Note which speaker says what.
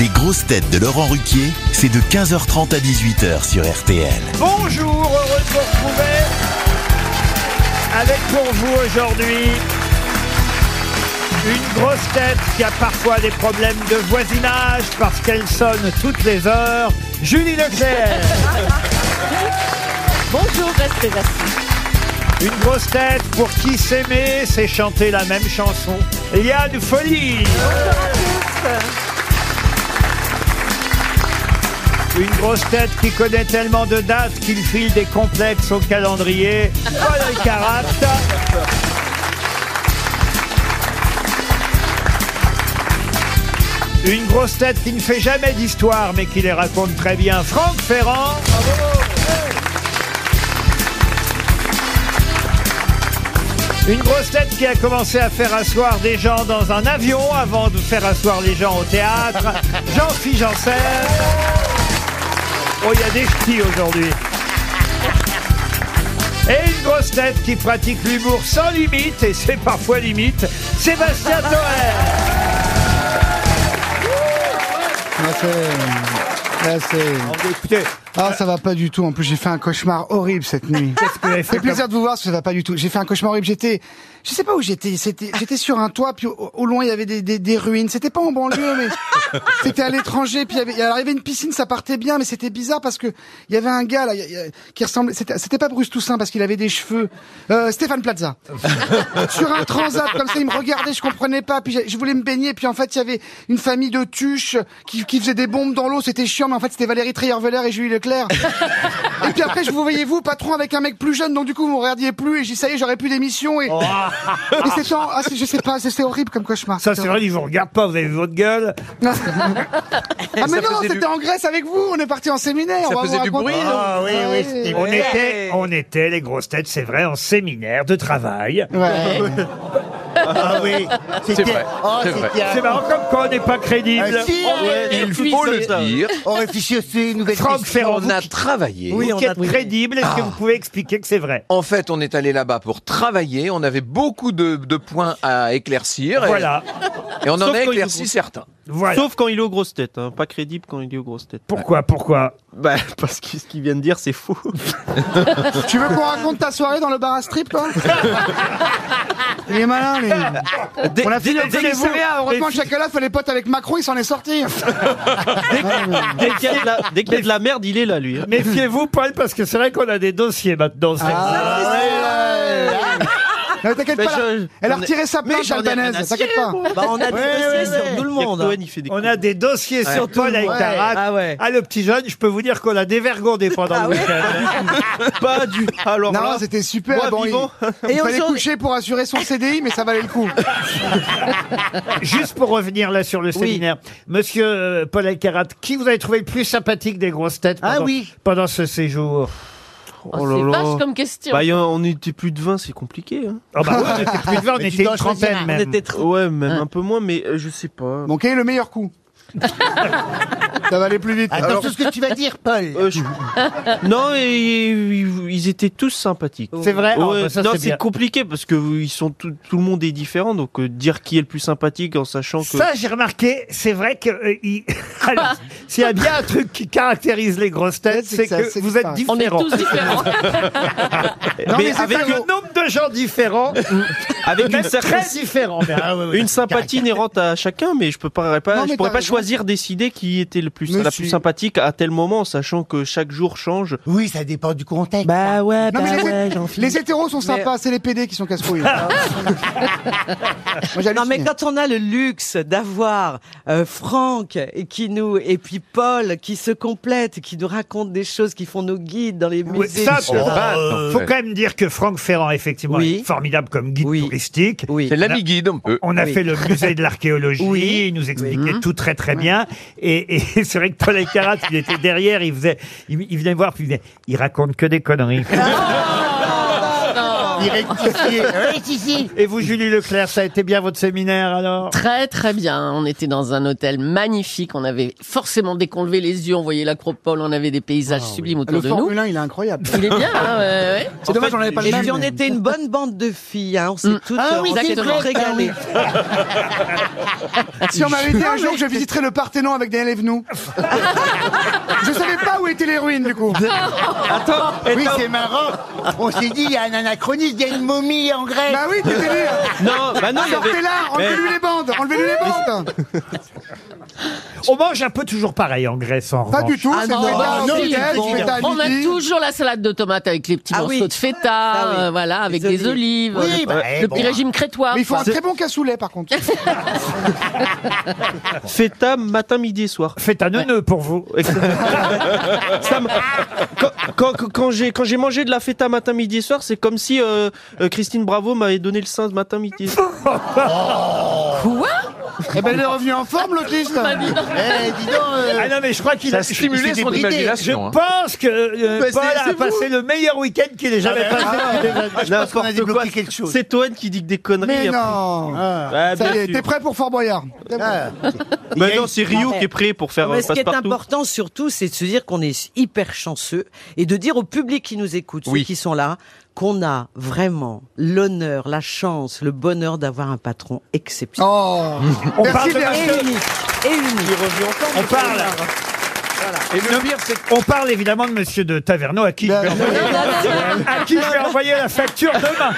Speaker 1: Les grosses têtes de Laurent Ruquier, c'est de 15h30 à 18h sur RTL.
Speaker 2: Bonjour, heureux de vous retrouver avec pour vous aujourd'hui une grosse tête qui a parfois des problèmes de voisinage parce qu'elle sonne toutes les heures, Julie Leclerc.
Speaker 3: Bonjour, restez assis.
Speaker 2: Une grosse tête pour qui s'aimer, c'est chanter la même chanson. Liane Folie. Une grosse tête qui connaît tellement de dates qu'il file des complexes au calendrier. Paul Alcarat. Une grosse tête qui ne fait jamais d'histoire mais qui les raconte très bien. Franck Ferrand. Une grosse tête qui a commencé à faire asseoir des gens dans un avion avant de faire asseoir les gens au théâtre. Jean-Philippe Janssen. Oh, il y a des ch'tis aujourd'hui. Et une grosse tête qui pratique l'humour sans limite, et c'est parfois limite, Sébastien Toer.
Speaker 4: Là, c'est- euh, là, c'est-
Speaker 2: bah, Écoutez, euh,
Speaker 4: Ah, ça va pas du tout. En plus, j'ai fait un cauchemar horrible cette nuit.
Speaker 2: qu'est-ce que vous avez fait
Speaker 4: C'est plaisir de vous voir, parce que ça va pas du tout. J'ai fait un cauchemar horrible. J'étais, je sais pas où j'étais. C'était, j'étais sur un toit, puis au, au loin il y avait des, des, des ruines. C'était pas en banlieue, mais c'était à l'étranger. Puis il y avait, alors, il y avait une piscine, ça partait bien, mais c'était bizarre parce que il y avait un gars là il y a- il y a- qui ressemblait. C'était, c'était pas Bruce Toussaint parce qu'il avait des cheveux. Euh, Stéphane Plaza. sur un transat comme ça, il me regardait, je comprenais pas. Puis j'ai- je voulais me baigner, puis en fait il y avait une famille de tuches qui, qui faisait des bombes dans l'eau. C'était chiant, mais en fait c'était Valérie Trierweiler et Julie Leclerc. Et puis après, je vous voyais vous, patron, avec un mec plus jeune, donc du coup, vous me regardiez plus, et j'ai dit, ça y est, j'aurais plus d'émission,
Speaker 5: Oh.
Speaker 4: et... et c'est en- ah, c'est- je sais pas, c'est- c'est horrible comme cauchemar.
Speaker 2: ça c'est vrai, ils vous regardent pas, vous avez vu votre gueule.
Speaker 4: Ah, mais non,
Speaker 5: faisait
Speaker 4: c'était
Speaker 5: du-
Speaker 4: en Grèce avec vous, on est parti en séminaire, on va
Speaker 5: faisait
Speaker 4: vous
Speaker 5: du
Speaker 4: raconter.
Speaker 5: bruit, non
Speaker 2: Ah oui, oui, c'était- on,
Speaker 5: Ouais.
Speaker 2: était, on était les grosses têtes, c'est vrai, en séminaire de travail.
Speaker 4: Ouais.
Speaker 2: Ah oui,
Speaker 5: C'est vrai.
Speaker 6: oh,
Speaker 5: c'est vrai.
Speaker 2: c'est marrant comme quand on n'est pas crédible.
Speaker 6: Ah,
Speaker 5: Il faut le dire.
Speaker 6: On réfléchit aussi une nouvelle
Speaker 2: Franck Ferrand,
Speaker 5: On
Speaker 2: vous,
Speaker 5: a
Speaker 2: qui-
Speaker 5: travaillé.
Speaker 2: vous qui êtes crédible, est-ce que
Speaker 7: Ah.
Speaker 2: vous pouvez expliquer que c'est vrai
Speaker 5: En fait, on est allé là-bas pour travailler. On avait beaucoup de, de points à éclaircir. et-
Speaker 2: Voilà,
Speaker 5: Et, on en
Speaker 8: Sauf
Speaker 5: a
Speaker 8: quand il
Speaker 5: éclairci
Speaker 8: nous-
Speaker 5: certains.
Speaker 2: voilà.
Speaker 8: Sauf quand il est aux grosses têtes, hein. pas crédible quand il est aux grosses têtes.
Speaker 2: Pourquoi, pourquoi
Speaker 8: Bah, parce que ce qu'il vient de dire, c'est faux.
Speaker 4: Tu veux qu'on raconte ta soirée dans le bar à strip, toi Il est malin, lui. On a fini
Speaker 2: dès- dès-
Speaker 4: le
Speaker 2: dès-
Speaker 4: commissariat, heureusement,
Speaker 2: dès-
Speaker 4: chacun là fait les potes avec Macron, il s'en est sorti.
Speaker 8: Dès qu'il y a de la, dès qu'il y a de la merde, il est là, lui. hein.
Speaker 2: Méfiez-vous, Paul, parce que c'est vrai qu'on a des dossiers maintenant. c'est-
Speaker 7: Ah.
Speaker 4: Non, t'inquiète
Speaker 8: Mais
Speaker 4: pas,
Speaker 8: je- Bah,
Speaker 4: là. elle a
Speaker 8: j'en ai-
Speaker 4: retiré sa plainte,
Speaker 8: j'en ai rien
Speaker 4: albanaise,
Speaker 8: à
Speaker 4: t'inquiète pas.
Speaker 7: on a des dossiers sur tout le
Speaker 8: Il y hein. a que
Speaker 7: monde.
Speaker 8: Cohen, il fait des
Speaker 2: On a des dossiers sur Paul Alcarat.
Speaker 7: Ah ouais. Ah
Speaker 2: Ah, le petit jeune, je peux vous dire qu'on a dévergondé pendant le week-end.
Speaker 8: pas du. Alors
Speaker 4: Non,
Speaker 8: là,
Speaker 4: c'était super.
Speaker 8: moi,
Speaker 4: bon, il,
Speaker 8: vivant.
Speaker 4: il
Speaker 7: Et
Speaker 4: fallait
Speaker 7: aujourd'hui-
Speaker 4: coucher pour assurer son CDI, mais ça valait le coup.
Speaker 2: Juste pour revenir là sur le séminaire, monsieur euh, Paul Alcarat, qui vous avez trouvé le plus sympathique des grosses têtes
Speaker 7: Ah
Speaker 2: pendant,
Speaker 7: oui.
Speaker 2: pendant ce séjour
Speaker 9: Ah,
Speaker 8: Oh là
Speaker 3: c'est
Speaker 8: là.
Speaker 3: vache comme question.
Speaker 8: Bah, il y en- on était plus de 20, c'est compliqué. hein.
Speaker 2: Ah bah oui, on était plus de vingt, on était une trentaine
Speaker 7: On
Speaker 2: même.
Speaker 7: était trop.
Speaker 8: Ouais, même un peu moins, mais euh, je sais pas.
Speaker 4: Donc, quel est le meilleur coup Ça va aller plus vite.
Speaker 6: Attends tout ce que tu vas dire, Paul.
Speaker 8: Euh, je- non, et- et- ils ils étaient tous sympathiques.
Speaker 2: C'est vrai Ah,
Speaker 8: Ouais,
Speaker 2: bah ça,
Speaker 8: non,
Speaker 2: c'est bien.
Speaker 8: c'est compliqué parce que ils sont tout, tout le monde est différent, donc euh, dire qui est le plus sympathique en sachant que
Speaker 2: Ça, j'ai remarqué, c'est vrai que euh, il- Alors, s'il y a bien un truc qui caractérise les grosses têtes,
Speaker 4: C'est
Speaker 2: c'est
Speaker 4: que ça,
Speaker 2: que
Speaker 4: c'est
Speaker 2: vous
Speaker 4: que
Speaker 2: êtes
Speaker 4: ça.
Speaker 3: on est
Speaker 2: différents.
Speaker 3: tous différents.
Speaker 4: Non, mais
Speaker 8: Eh, mais
Speaker 4: c'est
Speaker 8: avec,
Speaker 4: pas
Speaker 2: Le nombre de gens différents,
Speaker 8: avec une
Speaker 2: même
Speaker 8: certaine
Speaker 2: très différents. mais, ah, ouais, ouais.
Speaker 8: Une sympathie inhérente à chacun, mais je peux pas, pas-
Speaker 4: Non, mais
Speaker 8: je pourrais
Speaker 4: t'as
Speaker 8: pas
Speaker 4: raison.
Speaker 8: choisir, décider qui était le plus,
Speaker 4: Mais
Speaker 8: la
Speaker 4: si.
Speaker 8: plus sympathique à tel moment, sachant que chaque jour change.
Speaker 6: Oui, ça dépend du contexte.
Speaker 7: Bah ouais, bah
Speaker 4: Non, mais les,
Speaker 7: ouais,
Speaker 4: hé-
Speaker 7: j'en
Speaker 4: les hétéros sont sympas, c'est les PD qui sont casse-couilles. Moi, j'hallucine.
Speaker 7: Non mais quand on a le luxe d'avoir euh, Franck et qui nous et puis Paul qui se complètent, qui nous racontent des choses, qui font nos guides dans les
Speaker 2: Oui,
Speaker 7: musées.
Speaker 2: ça,
Speaker 7: tout
Speaker 2: bon,
Speaker 7: ça.
Speaker 2: euh, faut quand même dire que Franck Ferrand, effectivement,
Speaker 7: Oui.
Speaker 2: est formidable comme guide
Speaker 7: Oui.
Speaker 2: touristique.
Speaker 7: Oui.
Speaker 5: C'est l'ami guide, un peu.
Speaker 2: On a
Speaker 7: Oui.
Speaker 2: fait le musée de l'archéologie,
Speaker 7: Oui.
Speaker 2: il nous expliquait tout très très bien. Et, et c'est vrai que Paul Elkarat, il était derrière, il faisait, il, il venait voir, puis il disait, il raconte que des conneries.
Speaker 6: Il rectifiait. Rectifié.
Speaker 2: Et vous, Julie Leclerc, ça a été bien votre séminaire alors
Speaker 9: Très très bien. On était dans un hôtel magnifique. On avait forcément dès qu'on levait les yeux, on voyait l'acropole, on avait des paysages sublimes
Speaker 4: Le
Speaker 9: autour de nous.
Speaker 4: Formule 1, il est incroyable.
Speaker 9: Il est bien. hein, ouais, ouais.
Speaker 4: C'est dommage, on n'avait pas le
Speaker 7: Et puis
Speaker 4: même.
Speaker 7: on
Speaker 4: mais-
Speaker 7: était une bonne bande de filles, hein, on s'est toutes
Speaker 6: Ah oui,
Speaker 7: on s'est
Speaker 6: c'est
Speaker 7: toutes
Speaker 6: vrai, Ah
Speaker 7: régalées.
Speaker 4: Si on m'avait dit un jour que je visiterais le Parthénon avec Daniel Evenou. je savais pas où étaient les ruines, du coup.
Speaker 6: Oui, c'est marrant. On s'est dit, il y a un anachronisme, il y a une momie en Grèce.
Speaker 4: Bah oui, t'es délire.
Speaker 8: Non, bah non, il y avait-
Speaker 4: Sortez-la, enlevez-lui les bandes, enlevez-lui les bandes.
Speaker 2: On mange un peu toujours pareil en Grèce en
Speaker 4: Pas
Speaker 2: revanche.
Speaker 4: du tout, c'est
Speaker 7: non,
Speaker 4: le
Speaker 9: bah,
Speaker 4: pétard,
Speaker 9: si,
Speaker 4: tu fais ça, tu fais ça à
Speaker 9: On a
Speaker 4: midi.
Speaker 9: toujours la salade de tomates avec les petits
Speaker 7: Ah
Speaker 9: morceaux
Speaker 7: oui.
Speaker 9: de feta,
Speaker 7: Ah oui.
Speaker 9: euh, voilà, avec
Speaker 7: Les
Speaker 9: des olives, euh,
Speaker 6: Oui, bah, eh,
Speaker 9: le
Speaker 6: bon.
Speaker 9: petit régime crétois.
Speaker 4: Mais il faut un
Speaker 9: enfin.
Speaker 4: très bon cassoulet, par contre. Eh
Speaker 8: feta matin, midi et soir.
Speaker 2: Faites un neuneu pour vous.
Speaker 8: Ça me- quand- quand quand- quand j'ai quand j'ai mangé de la feta matin, midi et soir, c'est comme si euh, euh, Christine Bravo m'avait donné le sein ce matin, midi et soir.
Speaker 4: Eh ben, il est revenu en forme, l'autiste.
Speaker 6: Eh, dis donc, euh,
Speaker 2: Ah non, mais je crois qu'il
Speaker 5: Ça
Speaker 2: a
Speaker 5: a stimulé son
Speaker 2: Je
Speaker 5: imagination. hein.
Speaker 2: pense que euh,
Speaker 6: Bah, c'est-
Speaker 2: Paul a
Speaker 6: c'est
Speaker 2: passé le meilleur week-end qu'il ait jamais
Speaker 5: Bah-
Speaker 2: passé.
Speaker 6: je pense qu'on a débloqué quelque chose.
Speaker 8: C'est Toen qui dit que des conneries.
Speaker 4: Mais
Speaker 8: après.
Speaker 4: non.
Speaker 8: Ouais,
Speaker 4: Ça y
Speaker 8: bien
Speaker 4: est,
Speaker 8: sûr.
Speaker 4: t'es prêt pour Fort Boyard C'est bon.
Speaker 6: Ah.
Speaker 8: Bah non, c'est Rio
Speaker 7: Ouais.
Speaker 8: qui est prêt pour faire
Speaker 7: Mais
Speaker 8: euh,
Speaker 7: ce qui est
Speaker 8: passe-partout.
Speaker 7: important surtout, c'est de se dire qu'on est hyper chanceux et de dire au public qui nous écoute, ceux
Speaker 5: Oui.
Speaker 7: qui sont là, qu'on a vraiment l'honneur, la chance, le bonheur d'avoir un patron exceptionnel.
Speaker 4: Oh.
Speaker 2: On
Speaker 4: Merci,
Speaker 2: parle, de
Speaker 4: Bertrand.
Speaker 7: Et
Speaker 2: Master-
Speaker 7: unique, et unique.
Speaker 2: on parle,
Speaker 5: Et le pire, c'est
Speaker 2: on parle évidemment de Monsieur de Taverneau à qui je vais envoyer,
Speaker 4: Ben,
Speaker 2: à qui je vais envoyer la facture demain.